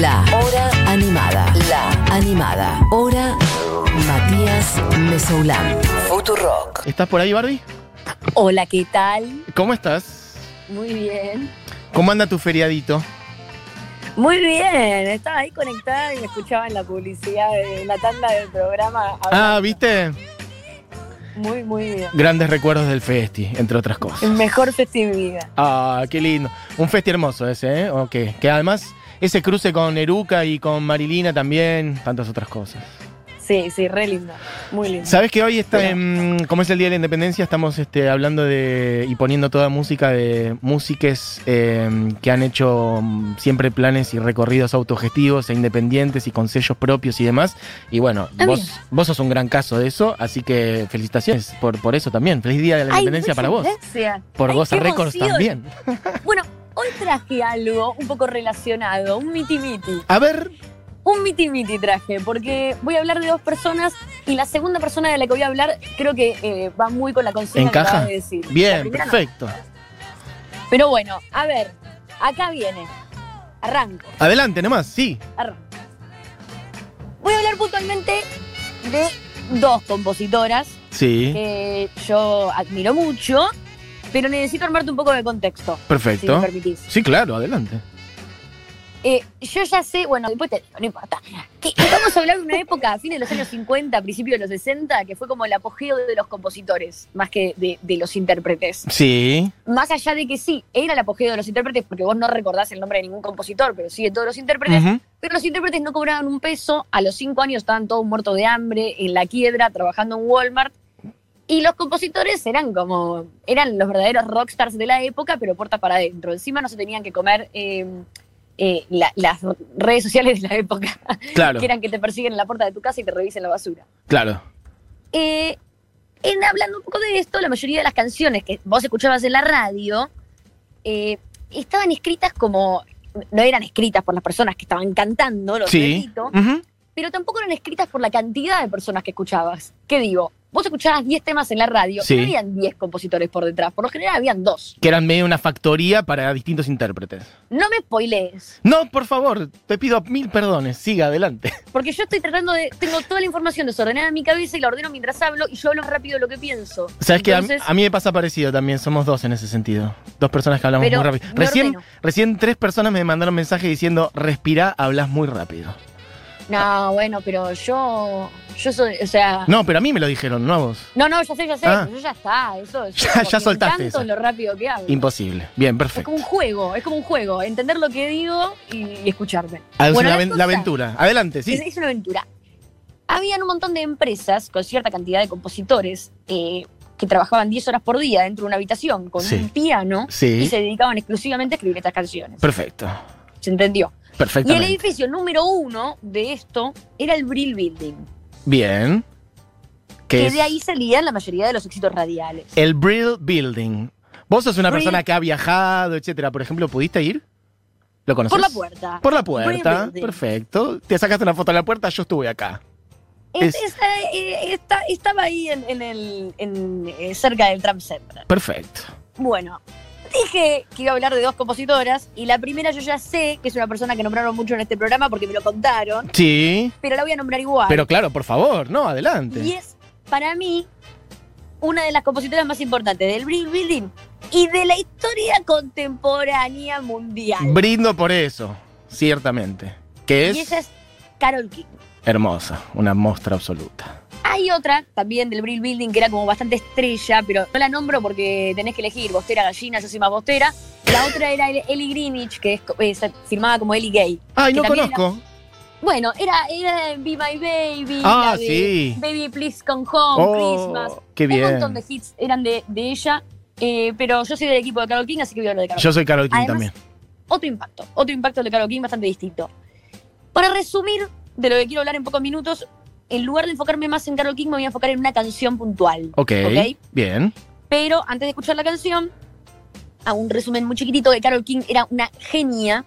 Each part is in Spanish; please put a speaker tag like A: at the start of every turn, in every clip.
A: La Hora Animada. La Animada. Hora Matías Mesoulán. Futurock.
B: ¿Estás por ahí, Barbie?
C: Hola, ¿qué tal?
B: ¿Cómo estás?
C: Muy bien.
B: ¿Cómo anda tu feriadito?
C: Muy bien, estaba ahí conectada y me escuchaba en la publicidad, de- en la tanda del programa.
B: Ah,
C: hablando.
B: ¿viste?
C: Muy, muy bien.
B: Grandes recuerdos del festi, entre otras cosas.
C: El mejor festividad.
B: Ah, qué lindo. Un festi hermoso ese, ¿eh? Ok. Que además ese cruce con Eruca y con Marilina también, tantas otras cosas.
C: Sí, sí, re lindo. Muy lindo.
B: Sabes que hoy está,
C: Pero-
B: em, como es el Día de la Independencia, estamos este, hablando de y poniendo toda música de músiques em, que han hecho mm, siempre planes y recorridos autogestivos e independientes y con sellos propios y demás. Y bueno,
C: Ah,
B: vos,
C: bien.
B: vos sos un gran caso de eso, así que felicitaciones por, por eso también. Feliz Día de la
C: Ay,
B: Independencia para vos.
C: gracias.
B: Por
C: Ay,
B: vos
C: qué
B: Records
C: emoción.
B: también.
C: Bueno, hoy traje algo un poco relacionado, un miti-miti.
B: A ver,
C: Un miti-miti traje, porque voy a hablar de dos personas y la segunda persona de la que voy a hablar creo que eh, va muy con la consigna que
B: ¿Encaja?
C: acabas de decir. La
B: bien,
C: primera no.
B: perfecto.
C: Pero bueno, a ver, acá viene. Arranco,
B: Adelante nomás, sí.
C: arranco. Voy a hablar puntualmente de dos compositoras
B: Sí,
C: que yo admiro mucho, pero necesito armarte un poco de contexto, si me
B: perfecto.
C: permitís.
B: Sí, claro, adelante.
C: Eh, yo ya sé, bueno, después te digo, no importa. Que vamos a hablar de una época a fines de los años 50, principios de los 60, que fue como el apogeo de los compositores, más que de, de los intérpretes.
B: Sí,
C: Más allá de que sí, era el apogeo de los intérpretes, porque vos no recordás el nombre de ningún compositor, pero sí de todos los intérpretes,
B: ujú,
C: pero los intérpretes no cobraban un peso, a los cinco años estaban todos muertos de hambre, en la quiebra, trabajando en Walmart. Y los compositores eran como, eran los verdaderos rockstars de la época, pero puertas para adentro. Encima no se tenían que comer eh, eh, la- las redes sociales de la época,
B: claro,
C: que eran que te persiguen en la puerta de tu casa y te revisen la basura.
B: claro.
C: Eh, en hablando un poco de esto, la mayoría de las canciones que vos escuchabas en la radio eh, estaban escritas como. No eran escritas por las personas que estaban cantando, los
B: Sí. ujú.
C: pero tampoco eran escritas por la cantidad de personas que escuchabas. ¿Qué digo? Vos escuchabas 10 temas en la radio,
B: Sí.
C: no habían 10 compositores por detrás, por lo general habían dos.
B: Que eran medio una factoría para distintos intérpretes.
C: No me spoilees,
B: No, por favor, te pido mil perdones, siga adelante.
C: porque yo estoy tratando de. Tengo toda la información desordenada en mi cabeza y la ordeno mientras hablo y yo hablo rápido lo que pienso.
B: Sabes que a, mí-
C: Entonces,
B: a mí me pasa parecido también, somos dos en ese sentido. Dos personas que hablamos
C: Pero
B: muy rápido.
C: me
B: Recién,
C: ordeno.
B: recién tres personas me mandaron mensaje diciendo, respirá, hablas muy rápido.
C: No, bueno, pero yo. Yo soy. O sea.
B: No, pero a mí me lo dijeron, no a vos.
C: No, no, ya sé, ya sé,
B: Ah.
C: pero yo ya está, eso es.
B: Ya- ya soltaste
C: Tanto
B: esa.
C: lo rápido que hablo.
B: Imposible. Bien,
C: es
B: perfecto.
C: como un juego, es como un juego, entender lo que digo y, y escucharme.
B: Ah, es
C: Bueno,
B: una
C: la
B: aven- la,
C: cosa-
B: aventura. Adelante,
C: Es,
B: sí.
C: es una aventura. Habían un montón de empresas con cierta cantidad de compositores eh, que trabajaban 10 horas por día dentro de una habitación con
B: Sí.
C: un piano y
B: Sí.
C: se dedicaban exclusivamente a escribir estas canciones.
B: Perfecto.
C: ¿Se entendió? Y el
B: Perfectamente.
C: edificio número uno de esto era el Brill Building,
B: Bien. ¿Qué
C: que
B: es?
C: de ahí salían la mayoría de los éxitos radiales.
B: El Brill Building. Vos sos una
C: Brill-
B: persona que ha viajado, etcétera. Por ejemplo, ¿pudiste ir? ¿Lo conoces?
C: Por la puerta.
B: Por la puerta,
C: Brill Building.
B: perfecto. Te sacaste una foto a la puerta, yo estuve acá.
C: Es-
B: es-
C: esta- eh, esta- estaba ahí en, en el, en, eh, cerca del Trump Center.
B: Perfecto.
C: Bueno, dije que iba a hablar de dos compositoras y la primera yo ya sé que es una persona que nombraron mucho en este programa porque me lo contaron,
B: Sí,
C: pero la voy a nombrar igual.
B: pero claro, por favor, no,
C: y
B: adelante.
C: es, para mí, una de las compositoras más importantes del Brill Building y de la historia contemporánea mundial.
B: Brindo por eso, ciertamente. Que
C: Y
B: es
C: esa es Carol King.
B: hermosa, una muestra absoluta.
C: Hay otra también del Brill Building que era como bastante estrella, pero no la nombro porque tenés que elegir bostera gallina, yo soy más bostera. La otra era el- Ellie Greenwich, que es, co- eh, se firmaba como Ellie Gay.
B: Ay,
C: Que
B: no
C: también
B: conozco.
C: Bueno, era, era Be My Baby,
B: Ah,
C: la de
B: sí.
C: Baby Please Come Home, Christmas.
B: Oh, qué
C: Un
B: bien.
C: montón de hits eran de, de ella, eh, pero yo soy del equipo de Carol King, así que voy a hablar de Carol
B: Yo soy Carol King
C: Además-
B: también.
C: otro impacto, otro impacto de Carol King bastante distinto. Para resumir de lo que quiero hablar en pocos minutos, en lugar de enfocarme más en Carol King, me voy a enfocar en una canción puntual.
B: Ok, bien.
C: Pero antes de escuchar la canción, a un resumen muy chiquitito de Carol King, era una genia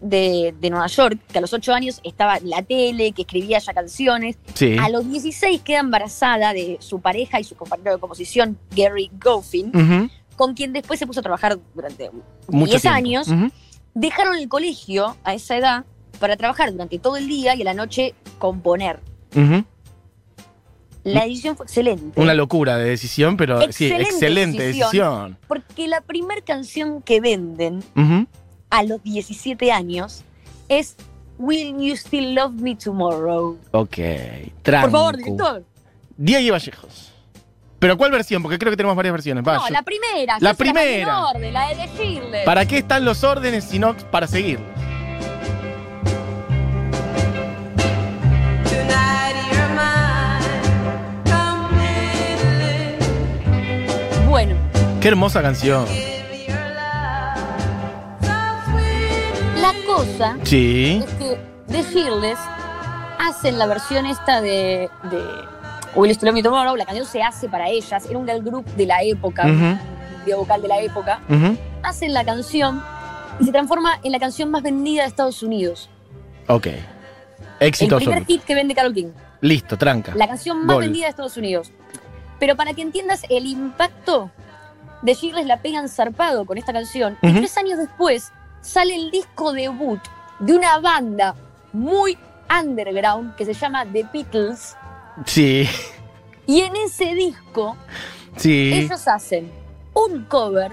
C: de, de Nueva York, que a los 8 años estaba en la tele, que escribía ya canciones.
B: Sí.
C: A los 16 queda embarazada de su pareja y su compañero de composición, Gary Goffin,
B: Ujú,
C: con quien después se puso a trabajar durante
B: Mm. Mucho
C: 10
B: tiempo. Mm.
C: años
B: Ujú.
C: dejaron el colegio a esa edad para trabajar durante todo el día y a la noche componer.
B: Ujú.
C: La edición fue excelente.
B: Mm. Una locura de decisión, pero
C: Excelente
B: sí, excelente decisión.
C: decisión. porque la primera canción que venden
B: Ujú.
C: a los 17 años es Will You Still Love Me Tomorrow.
B: Ok. Trancu.
C: Por favor, director.
B: Diego Vallejos. ¿Pero cuál versión? Porque creo que tenemos varias versiones. Va,
C: no,
B: yo-
C: la primera.
B: La
C: yo se las mandé en
B: primera.
C: orden, la de decirle.
B: ¿Para qué están los órdenes si no para seguir?
D: Tonight you're mine completely.
C: Bueno,
B: Qué hermosa canción.
D: Give your love so sweetly.
C: la cosa
B: Sí.
C: es que decirles hacen la versión esta de, de Will You Still Love Me Tomorrow. La canción se hace para ellas. Era un girl group de la época,
B: Ujú.
C: un video vocal de la época.
B: Ujú.
C: Hacen la canción y se transforma en la canción más vendida de Estados Unidos.
B: Ok.
C: El
B: Exitoso.
C: primer hit que vende Carol King.
B: Listo, tranca.
C: La canción más
B: Gol.
C: vendida de Estados Unidos. Pero para que entiendas el impacto, de Shirley la pegan zarpado con esta canción. Y
B: Ujú.
C: tres años después sale el disco debut de una banda muy underground que se llama The Beatles.
B: Sí,
C: Y en ese disco
B: sí,
C: ellos hacen un cover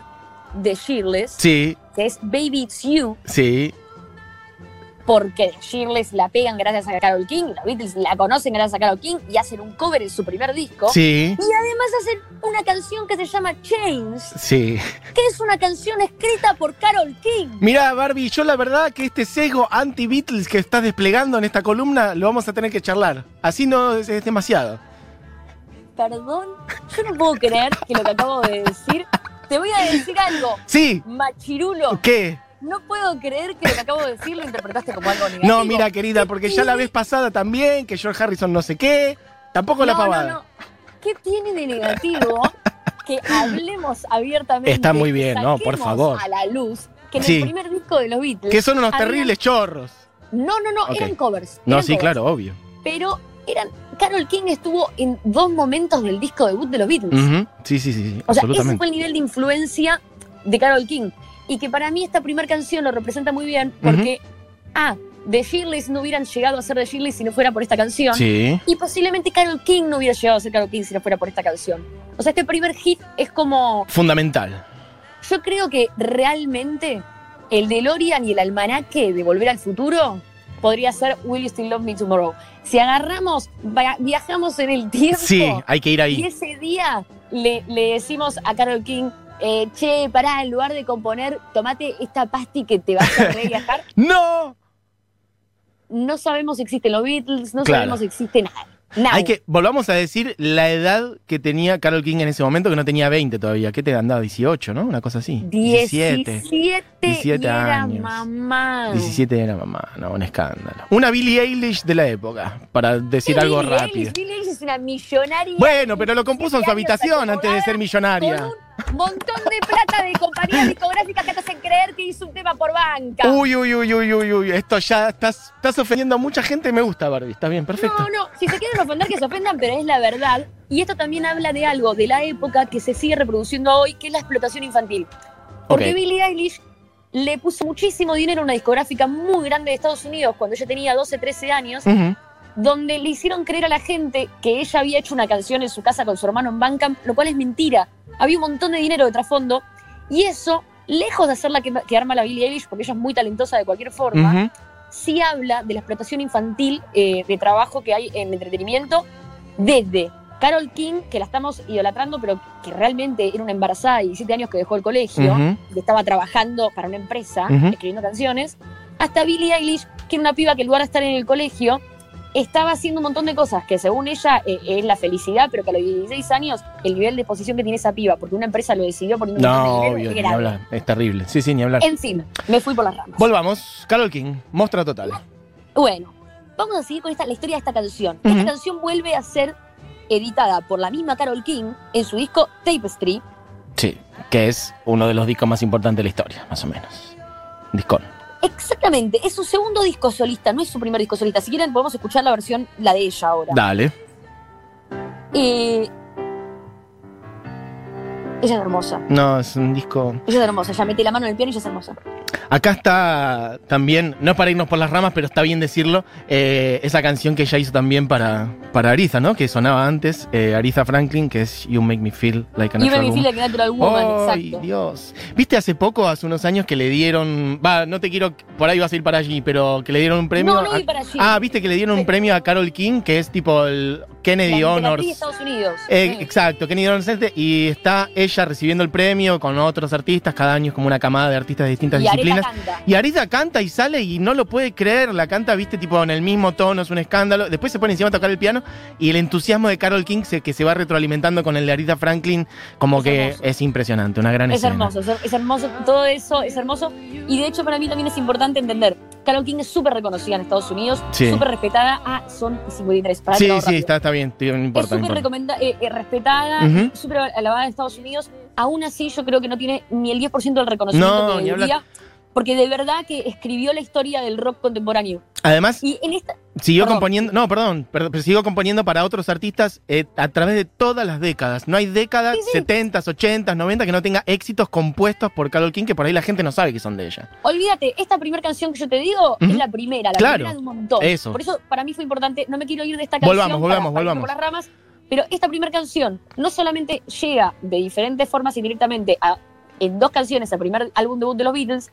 C: de Shirley,
B: sí,
C: que es Baby It's You,
B: sí.
C: porque Shirley la pegan gracias a Carol King, los Beatles la conocen gracias a Carol King y hacen un cover en su primer disco.
B: Sí,
C: Y además hacen una canción que se llama Chains,
B: sí.
C: que es una canción escrita por Carol King.
B: Mira, Barbie, yo la verdad que este sesgo anti-Beatles que estás desplegando en esta columna lo vamos a tener que charlar. Así no es, es demasiado.
C: Perdón, yo no puedo creer que lo que acabo de decir. Te voy a decir algo,
B: Sí,
C: machirulo.
B: ¿qué?
C: No puedo creer que lo que acabo de decir lo interpretaste como algo negativo.
B: No, mira, querida, porque ya la vez pasada también, que George Harrison no sé qué. Tampoco la
C: No, no,
B: pavada.
C: no. ¿Qué tiene de negativo que hablemos abiertamente?
B: Está muy
C: que
B: bien, no, por
C: saquemos
B: favor.
C: A la luz, que en
B: Sí.
C: el primer disco de los Beatles.
B: Que son unos
C: habían-
B: terribles chorros.
C: No, no, no,
B: Ok.
C: eran covers.
B: No,
C: eran
B: sí,
C: covers.
B: claro, obvio.
C: pero eran. Carol King estuvo en dos momentos del disco debut de los Beatles.
B: Ujú. Sí, sí, sí, sí,
C: O sea, ese
B: absolutamente.
C: fue el nivel de influencia de Carol King. Y que para mí esta primera canción lo representa muy bien porque, ah, The Shirley's no hubieran llegado a ser The Shirley's si no fuera por esta canción.
B: Sí.
C: Y posiblemente Carol King no hubiera llegado a ser Carol King si no fuera por esta canción. O sea, este primer hit es como.
B: Fundamental.
C: Yo creo que realmente el DeLorean y el almanaque de Volver al Futuro podría ser Will You Still Love Me Tomorrow. Si agarramos, va- viajamos en el tiempo
B: Sí, hay que ir
C: y
B: ahí.
C: ese día le, le decimos a Carol King, eh, che, pará, en lugar de componer, tomate esta pasti que te va a hacer re viajar.
B: ¡No!
C: No sabemos si existen los Beatles, no
B: Claro.
C: sabemos si existe nada. Nada.
B: Hay que, volvamos a decir la edad que tenía Carol King en ese momento, que no tenía 20 todavía. ¿Qué te andaba? 18, ¿no? Una cosa así.
C: 17.
B: 17
C: y era
B: años.
C: mamá.
B: 17 era mamá, no, un escándalo. Una Billie Eilish de la época, para decir algo
C: Billie Eilish,
B: rápido.
C: Billie Eilish es una millonaria.
B: Bueno, pero lo compuso en su
C: 17
B: habitación
C: años,
B: antes de ser millonaria.
C: Con un montón de plata de compañías discográficas que te hacen creer que hizo un tema por banca.
B: Uy, uy, uy, uy, uy, uy. Esto ya estás, estás ofendiendo a mucha gente. Me gusta, Barbie. Está bien, perfecto.
C: No, no, si se quieren ofender, que se ofendan, pero es la verdad. Y esto también habla de algo, de la época que se sigue reproduciendo hoy, que es la explotación infantil. Porque
B: Ok.
C: Billie Eilish le puso muchísimo dinero a una discográfica muy grande de Estados Unidos cuando ella tenía 12, 13 años,
B: Ujú.
C: donde le hicieron creer a la gente que ella había hecho una canción en su casa con su hermano en Bandcamp, lo cual es mentira. Había un montón de dinero de trasfondo y eso, lejos de hacerla que, que arma la Billie Eilish, porque ella es muy talentosa de cualquier forma,
B: Ujú.
C: sí habla de la explotación infantil eh, de trabajo que hay en el entretenimiento desde Carol King, que la estamos idolatrando, pero que realmente era una embarazada de 17 años que dejó el colegio
B: Ujú.
C: y estaba trabajando para una empresa,
B: Ujú.
C: escribiendo canciones, hasta Billie Eilish, que era una piba que en lugar de estar en el colegio, estaba haciendo un montón de cosas que según ella eh, es la felicidad, pero que a los 16 años el nivel de posición que tiene esa piba, porque una empresa lo decidió por un
B: No,
C: montón de
B: obvio,
C: dinero,
B: ni
C: era Em- grave.
B: hablar. Es terrible. Sí, sí, ni hablar.
C: En fin, me fui por las ramas.
B: Volvamos. Carol King, mostra total.
C: Bueno, vamos a seguir con esta, la historia de esta canción.
B: Ujú.
C: Esta canción vuelve a ser editada por la misma Carol King en su disco Tapestry.
B: Sí, que es uno de los discos más importantes de la historia, más o menos. Discón.
C: Exactamente, es su segundo disco solista, no es su primer disco solista. Si quieren podemos escuchar la versión, la de ella ahora.
B: Dale.
C: Eh, Ella es hermosa.
B: No, es un disco.
C: Ella es hermosa. Ya metí la mano en el piano y ella es hermosa.
B: Acá está también, no es para irnos por las ramas, pero está bien decirlo, eh, esa canción que ella hizo también para, para Ariza, ¿no? Que sonaba antes, eh, Ariza Franklin, que es You Make Me Feel Like an
C: Y me
B: Natural
C: mi
B: Woman.
C: fila que natural woman,
B: ¡Ay,
C: exacto.
B: Dios! ¿Viste hace poco, hace unos años, que le dieron. Va, no te quiero. Por ahí vas a ir para allí, pero que le dieron un premio.
C: No, no
B: a-
C: vi para allí.
B: Ah, viste que le dieron un
C: Sí.
B: premio a Carol King, que es tipo el Kennedy
C: La emperatriz de
B: Honors.
C: Estados Unidos.
B: Eh,
C: Sí.
B: Exacto, Kennedy Honors este, y está ella recibiendo el premio con otros artistas, cada año es como una camada de artistas de distintas
C: Y Aretha
B: disciplinas.
C: canta.
B: Y Arisa canta y sale y no lo puede creer, la canta, viste, tipo en el mismo tono, es un escándalo. Después se pone encima a tocar el piano y el entusiasmo de Carol King se, que se va retroalimentando con el de Arisa Franklin, como
C: Es
B: que
C: hermoso.
B: es impresionante, una gran
C: Es
B: escena.
C: hermoso, es, es hermoso, todo eso es hermoso. Y de hecho para mí también es importante entender, Carol King es súper reconocida en Estados Unidos,
B: Sí.
C: súper respetada. Ah, son 53, para
B: Sí, sí, está, está bien, tío, no
C: Es
B: importa. no
C: súper
B: importa.
C: recomenda- eh, eh, respetada,
B: Ujú.
C: súper alabada en Estados Unidos. Aún así, yo creo que no tiene ni el 10% del reconocimiento
B: No,
C: que
B: ni hablar.
C: debería, porque de verdad que escribió la historia del rock contemporáneo.
B: Además,
C: Y en esta,
B: Siguió
C: Perdón.
B: componiendo, no, perdón, perdón, pero siguió componiendo para otros artistas eh, a través de todas las décadas. No hay décadas,
C: Sí, sí.
B: 70s, 80s, 90 que no tenga éxitos compuestos por Carol King, que por ahí la gente no sabe que son de ella.
C: Olvídate, esta primera canción que yo te digo
B: Ujú.
C: es la primera, la
B: Claro,
C: primera de un montón.
B: eso.
C: Por eso para mí fue importante, no me quiero ir de esta
B: Volvamos,
C: canción.
B: volvamos,
C: para- para
B: volvamos.
C: irme Por las ramas, pero esta primera canción no solamente llega de diferentes formas y directamente a, en dos canciones al primer álbum debut de los Beatles,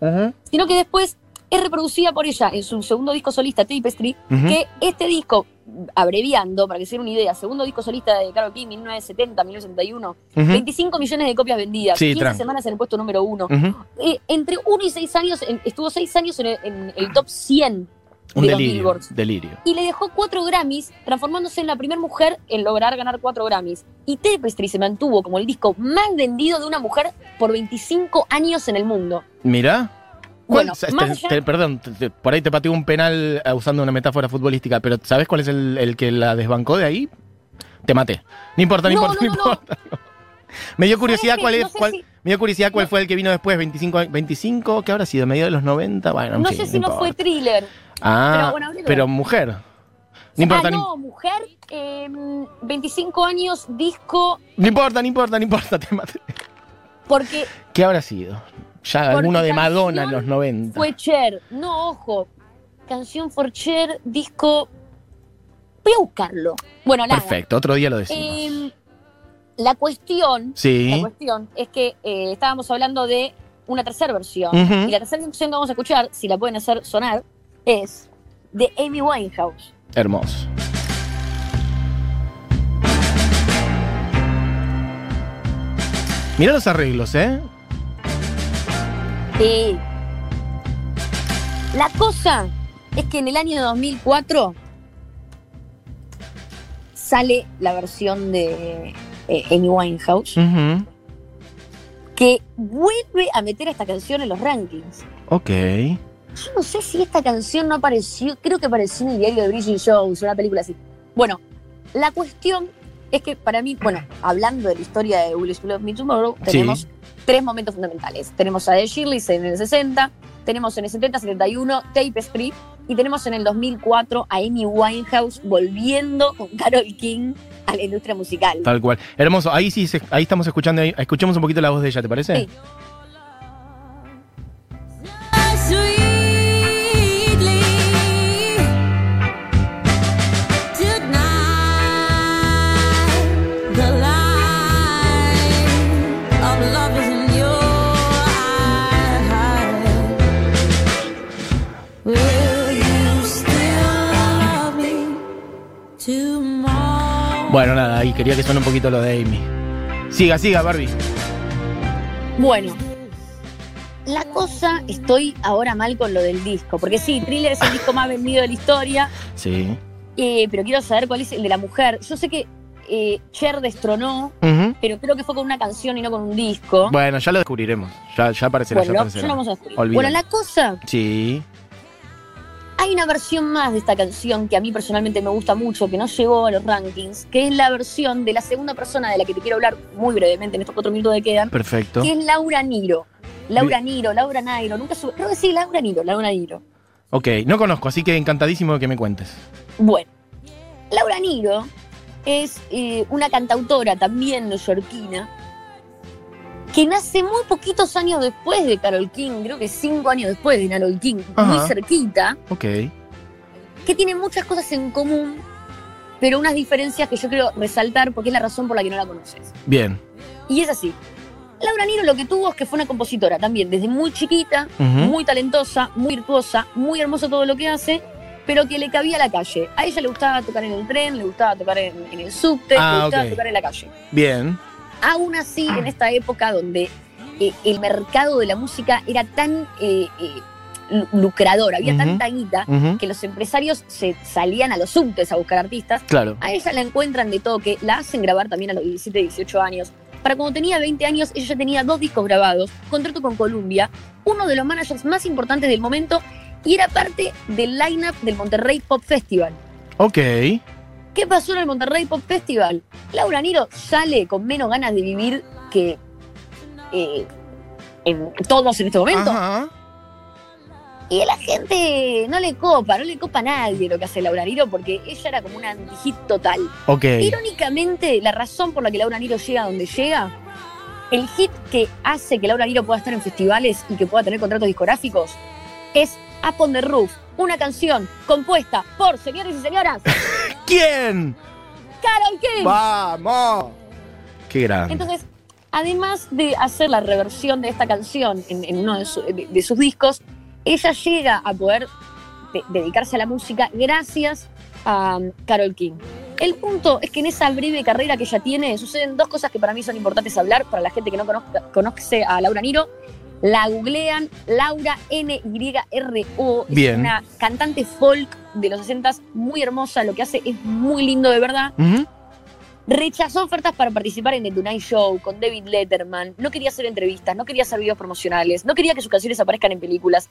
C: sino que después es reproducida por ella en su segundo disco solista, Tapestry,
B: Ujú.
C: que este disco, abreviando para que se den una idea, segundo disco solista de Carol King, 1970, 1971,
B: Ujú.
C: 25 millones de copias vendidas,
B: Sí,
C: 15
B: tranqui.
C: semanas en el puesto número uno.
B: Ujú.
C: Eh, entre 1 y 6 años, en- estuvo 6 años en el, en el top 100
B: Un
C: de los
B: delirio.
C: Billboards.
B: Delirio.
C: Y le dejó 4 Grammys, transformándose en la primera mujer en lograr ganar 4 Grammys. Y Tapestry se mantuvo como el disco más vendido de una mujer por 25 años en el mundo.
B: Mirá. ¿Cuál- Este
C: Bueno,
B: sabes-
C: más
B: te-
C: allá-
B: te- perdón, te- te- por ahí te pateó un penal eh, usando una metáfora futbolística, pero ¿sabes cuál es el, el que la desbancó de ahí? Te maté. No importa, no,
C: No,
B: importa,
C: no,
B: no,
C: no, no.
B: importa. Me dio curiosidad
C: qué?
B: cuál es,
C: No sé
B: cuál-
C: si-
B: me dio curiosidad cuál
C: No.
B: fue el que vino después, 25, a- 25, ¿qué habrá sido? ¿Medio de los 90? Bueno, en
C: no
B: fin,
C: sé si no fue
B: importa.
C: thriller.
B: Ah,
C: pero bueno, habría que
B: pero
C: ver.
B: mujer. No importa,
C: ah,
B: no,
C: no, mujer, eh, 25 años, disco,
B: no importa, no importa, no importa, te maté.
C: porque
B: ¿Qué habrá sido? Ya
C: Porque
B: alguno de Madonna en
C: canción
B: los 90.
C: fue Cher. No, ojo. Canción for Cher, disco. Voy a buscarlo. Bueno, nada.
B: Perfecto, otro día lo decimos.
C: Eh, la cuestión, la
B: sí.
C: cuestión es que eh, estábamos hablando de una tercera versión.
B: Ujú.
C: Y la tercera versión que vamos a escuchar, si la pueden hacer sonar, es de Amy Winehouse.
B: Hermoso. Mira los arreglos, ¿eh?
C: Sí. La cosa es que en el año 2004 sale la versión de eh, Amy Winehouse
B: Ujú.
C: que vuelve a meter a esta canción en los rankings.
B: Ok.
C: Yo no sé si esta canción no apareció, creo que apareció en el diario de Bridget Jones, una película así. Bueno, la cuestión es que para mí, bueno, hablando de la historia de Will You Love Me Tomorrow, tenemos tres momentos fundamentales. Tenemos a The Shirley en el 60, tenemos en el 70, 71 Tapestry y tenemos en el 2004 a Amy Winehouse volviendo con Carol King a la industria musical.
B: Tal cual. Hermoso. Ahí sí, se- ahí estamos escuchando. ahí- Escuchemos un poquito la voz de ella, ¿te parece?
C: Sí.
D: Sweetly tonight, the light of love is in your eyes. Will you still love me tomorrow?
B: Bueno, nada, ahí quería que suene un poquito lo de Amy. Siga, siga, Barbie.
C: Bueno, la cosa, estoy ahora mal con lo del disco, porque sí, Thriller es el disco más vendido de la historia,
B: Sí.
C: eh, pero quiero saber cuál es el de la mujer. Yo sé que eh, Cher destronó,
B: Ujú.
C: pero creo que fue con una canción y no con un disco.
B: Bueno, ya lo descubriremos. Ya, ya aparecerá, ya
C: Bueno, lo-
B: aparecerá.
C: ya lo vamos a descubrir.
B: Olvídalo.
C: Bueno, la cosa,
B: Sí.
C: hay una versión más de esta canción que a mí personalmente me gusta mucho, que no llegó a los rankings, que es la versión de la segunda persona de la que te quiero hablar muy brevemente en estos cuatro minutos que quedan,
B: Perfecto.
C: que es Laura Niro. Laura Niro, Laura Nairo, nunca sube. Creo que sí, Laura Niro, Laura Niro.
B: Ok, no conozco, así que encantadísimo de que me cuentes.
C: Bueno, Laura Niro es eh, una cantautora también neoyorquina que nace muy poquitos años después de Carol King, creo que cinco años después de Carol King,
B: Ajá.
C: muy cerquita,
B: Ok.
C: que tiene muchas cosas en común, pero unas diferencias que yo quiero resaltar porque es la razón por la que no la conoces.
B: Bien.
C: Y es así. Laura Niro lo que tuvo es que fue una compositora también, desde muy chiquita,
B: Ujú.
C: muy talentosa, muy virtuosa, muy hermoso todo lo que hace, pero que le cabía a la calle. A ella le gustaba tocar en el tren, le gustaba tocar en, en el subte,
B: Ah,
C: le gustaba
B: ok.
C: tocar en la calle.
B: Bien.
C: Aún así, en esta época donde eh, el mercado de la música era tan eh, eh, lu- lucrador, había
B: Ujú.
C: tanta guita,
B: Ujú.
C: que los empresarios se salían a los subtes a buscar artistas.
B: Claro.
C: A ella la encuentran de toque, la hacen grabar también a los 17, 18 años. Para cuando tenía 20 años, ella ya tenía dos discos grabados, contrato con Columbia, uno de los managers más importantes del momento y era parte del lineup del Monterrey Pop Festival.
B: Ok.
C: ¿Qué pasó en el Monterrey Pop Festival? Laura Niro sale con menos ganas de vivir que eh, en todos en este momento.
B: Ajá.
C: Y a la gente no le copa, no le copa a nadie lo que hace Laura Niro porque ella era como una anti total.
B: Ok.
C: Irónicamente, la razón por la que Laura Niro llega a donde llega, el hit que hace que Laura Niro pueda estar en festivales y que pueda tener contratos discográficos, es Up on the Roof, una canción compuesta por, señores y señoras,
B: ¿Quién?
C: Carol King.
B: ¡Vamos! Qué grande.
C: Entonces, además de hacer la reversión de esta canción en, en uno de, su- de- de sus discos, ella llega a poder de- dedicarse a la música gracias a um, Carol King. El punto es que en esa breve carrera que ella tiene suceden dos cosas que para mí son importantes hablar, para la gente que no conozca, conoce a Laura Niro. La googlean, Laura N-Y-R-O, es
B: Bien.
C: una cantante folk de los 60s, muy hermosa, lo que hace es muy lindo de verdad.
B: Ujú.
C: Rechazó ofertas para participar en The Tonight Show con David Letterman. No quería hacer entrevistas, no quería hacer videos promocionales, no quería que sus canciones aparezcan en películas.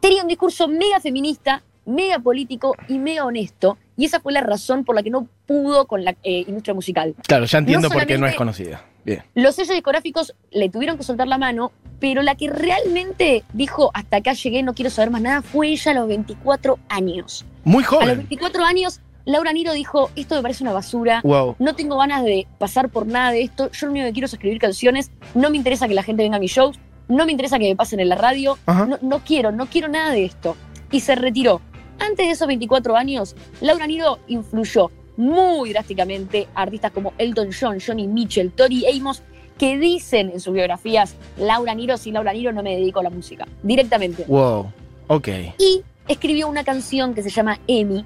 C: Tenía un discurso mega feminista, mega político y mega honesto. Y esa fue la razón por la que no pudo con la eh, industria musical.
B: Claro, ya entiendo por qué no es
C: solamente-
B: conocida. Bien.
C: Los sellos discográficos le tuvieron que soltar la mano, pero la que realmente dijo hasta acá llegué, no quiero saber más nada, fue ella a los 24 años.
B: Muy
C: A los
B: joven.
C: 24 años, Laura Niro dijo, esto me parece una basura,
B: Wow.
C: no tengo ganas de pasar por nada de esto. Yo lo único que quiero es escribir canciones. No me interesa que la gente venga a mis shows. No me interesa que me pasen en la radio.
B: Ajá.
C: No, no quiero, no quiero nada de esto. Y se retiró. Antes de esos 24 años, Laura Niro influyó muy drásticamente a artistas como Elton John, Johnny Mitchell, Tori Amos, que dicen en sus biografías, Laura Niro, sin Laura Niro no me dedico a la música, directamente.
B: Wow. Ok.
C: Y escribió una canción que se llama Emi,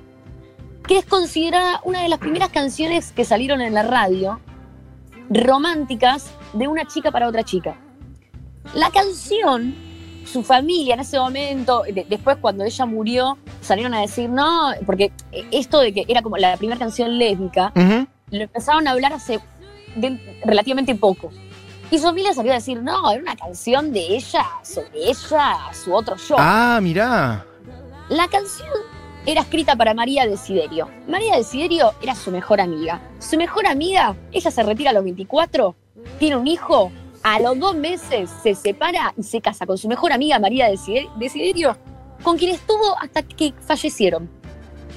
C: que es considerada una de las primeras canciones que salieron en la radio, románticas, de una chica para otra chica. La canción, su familia en ese momento, de- después cuando ella murió, salieron a decir, no, porque eh, esto de que era como la primera canción lésbica,
B: Ujú.
C: lo empezaron a hablar hace de- relativamente poco. Y su familia salió a decir, no, era una canción de ella, sobre ella, a su otro yo.
B: Ah, mirá.
C: La canción era escrita para María Desiderio. María Desiderio era su mejor amiga. Su mejor amiga, ella se retira a los 24, tiene un hijo, a los dos meses se separa y se casa con su mejor amiga María Deside- Desiderio, con quien estuvo hasta que fallecieron.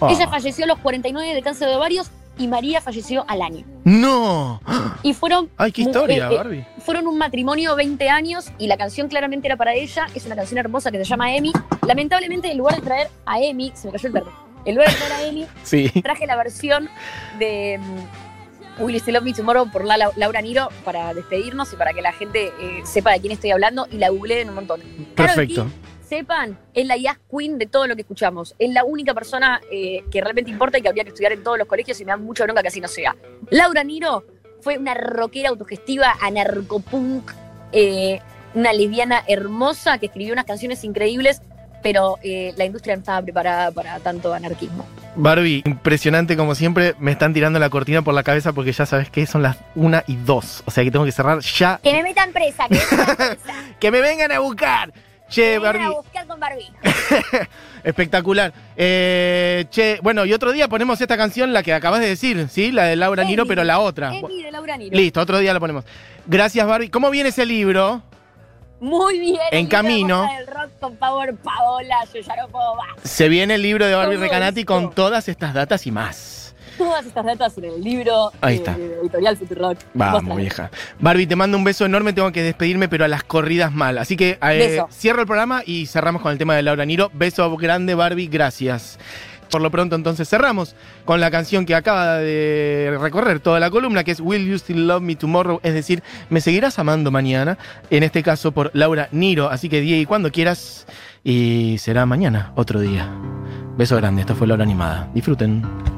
B: Ah.
C: Ella falleció a los 49 de cáncer de ovarios y María falleció al año.
B: No. Ah,
C: Y fueron,
B: Ay, qué
C: Mu-
B: historia,
C: eh, eh.
B: Barbie.
C: fueron un matrimonio 20 años y la canción claramente era para ella. Es una canción hermosa que se llama Emi. Lamentablemente, en lugar de traer a Emi, se me cayó el perro. En lugar de traer a Emi,
B: Sí.
C: traje la versión de mm, Will Still Love Me Tomorrow por Lala- Laura Niro para despedirnos y para que la gente eh, sepa de quién estoy hablando y la googleen un montón. Claro,
B: Perfecto.
C: aquí, sepan, es la jazz queen de todo lo que escuchamos. Es la única persona eh, que realmente importa y que habría que estudiar en todos los colegios y me da mucha bronca que así no sea. Laura Niro fue una rockera autogestiva, anarcopunk, eh, una lesbiana hermosa que escribió unas canciones increíbles, pero eh, la industria no estaba preparada para tanto anarquismo.
B: Barbie, impresionante como siempre. Me están tirando la cortina por la cabeza porque ya sabes que son las una y dos. O sea que tengo que cerrar ya.
C: Que me metan presa, que me metan presa.
B: ¡Que me vengan a buscar!
C: que
B: Che,
C: me vengan a
B: Eh, Barbie,
C: buscar con Barbie.
B: espectacular. Eh, che, bueno, y otro día ponemos esta canción, la que acabas de decir, ¿sí? La de Laura Niro,
C: Emi.
B: pero la otra.
C: Emi de Laura Niro.
B: Listo, otro día la ponemos. Gracias, Barbie. ¿Cómo viene ese libro?
C: Muy bien.
B: En
C: el libro de
B: camino.
C: Boca del rock con Power Paola, yo ya no puedo más.
B: Se viene el libro de Barbie
C: Todo
B: Recanati
C: esto.
B: con todas estas datas y más.
C: todas estas datas en el libro
B: Ahí
C: eh,
B: está.
C: de editorial Futurock. Vos
B: Vamos,
C: sabés.
B: vieja. Barbie, te mando un beso enorme, tengo que despedirme, pero a las corridas mal. Así que eh,
C: Beso.
B: cierro el programa y cerramos con el tema de Laura Niro. Beso grande, Barbie, gracias. Por lo pronto, entonces cerramos con la canción que acaba de recorrer toda la columna, que es Will You Still Love Me Tomorrow, es decir, Me Seguirás Amando Mañana, en este caso por Laura Niro. Así que, Diego, cuando quieras, y será mañana, otro día. Beso grande, esta fue la hora animada. Disfruten.